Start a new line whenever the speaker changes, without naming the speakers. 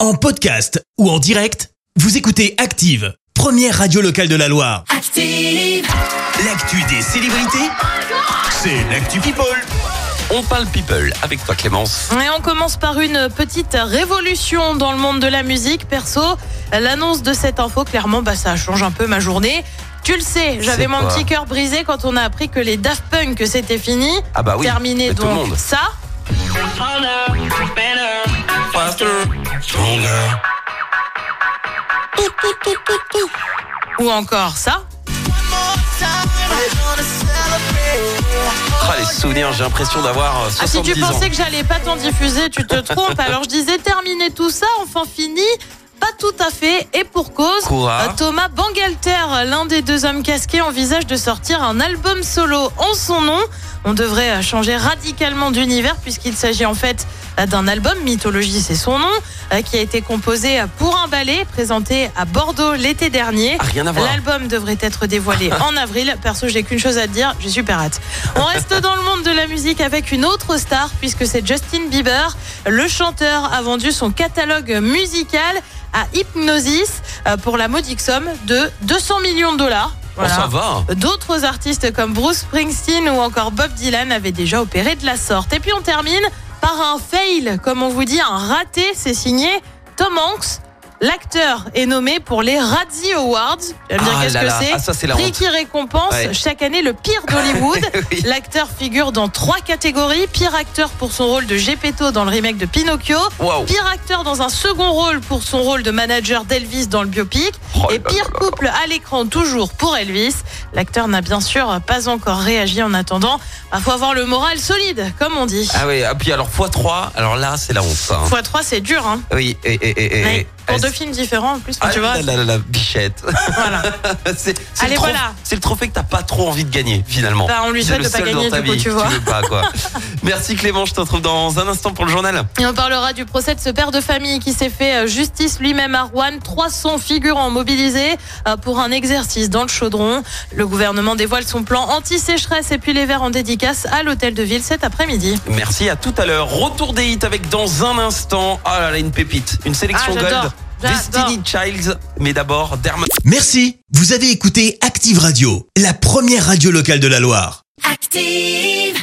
En podcast ou en direct, vous écoutez Active, première radio locale de la Loire.
Active,
L'actu des célébrités, c'est l'actu People.
On parle people avec toi Clémence.
Et on commence par une petite révolution dans le monde de la musique. Perso, l'annonce de cette info, clairement, bah, ça change un peu ma journée. Tu le sais, j'avais
C'est
mon
quoi
petit cœur brisé quand on a appris que les Daft Punk, que c'était fini.
Ah bah oui,
Terminé
mais tout le
donc
monde.
ça. Ou encore ça.
Ah les souvenirs, j'ai l'impression d'avoir euh,
Oh, Ah, si
70
tu pensais
ans.
que j'allais pas t'en diffuser, tu te trompes. Alors je disais terminer tout ça, enfin fini. Pas tout à fait, et pour cause.
Quoi
Euh, Thomas Bangalter, l'un des deux hommes casqués, envisage de sortir un album solo en son nom. On devrait euh, changer radicalement d'univers puisqu'il s'agit en fait euh, d'un album, Mythologie c'est son nom, euh, qui a été composé euh, pour un ballet présenté à Bordeaux l'été dernier.
Ah, rien à voir.
L'album devrait être dévoilé en avril. Perso, j'ai qu'une chose à te dire, j'ai super hâte. On reste dans le monde de la musique avec une autre star, puisque c'est Justin Bieber. Le chanteur a vendu son catalogue musical à Hypnosis euh, pour la modique somme de 200 millions de dollars.
On
Voilà.
s'en Oh, va.
D'autres artistes comme Bruce Springsteen ou encore Bob Dylan avaient déjà opéré de la sorte. Et puis on termine par un fail, comme on vous dit, un raté, c'est signé Tom Hanks. L'acteur est nommé pour les Razzie Awards. Tu vas me dire
Ah
qu'est-ce
là
que
là,
c'est
ah, ça c'est la
Prix
honte.
qui récompense
Ouais.
chaque année le pire d'Hollywood.
Oui.
L'acteur figure dans trois catégories. Pire acteur pour son rôle de Gepetto dans le remake de Pinocchio.
Waouh.
Pire acteur dans un second rôle pour son rôle de manager d'Elvis dans le biopic.
Oh
et
là
pire
là là.
couple à l'écran toujours pour Elvis. L'acteur n'a bien sûr pas encore réagi en attendant. Il faut avoir le moral solide, comme on dit.
Ah oui, ah, puis alors x3, alors là c'est la honte. ça, hein.
Fois 3 c'est dur. Hein.
Oui, et, et, et, et-
Ouais,
et-
Pour deux films différents en plus,
Ah
tu vois.
là là là là, bichette.
Voilà.
c'est, c'est
Allez,
le trophée-
voilà.
C'est le trophée que t'as pas trop envie de gagner finalement.
Bah, on lui
C'est
souhaite
le
de pas
seul
gagner,
dans ta
du coup,
vie
tu
que
vois.
veux pas quoi. Merci Clémence, je te retrouve dans un instant pour le journal.
Et on parlera du procès de ce père de famille qui s'est fait euh, justice lui-même à Rouen. 300 figurants mobilisés euh, pour un exercice dans le chaudron. Le gouvernement dévoile son plan anti-sécheresse et puis les verres en dédicace à l'hôtel de ville cet après-midi.
Merci à tout à l'heure. Retour des hits avec dans un instant. Ah là là, une pépite, une sélection
Ah, j'adore,
gold.
j'adore.
Destiny Childs, mais d'abord Derma.
Merci, vous avez écouté Active Radio, la première radio locale de la Loire.
active.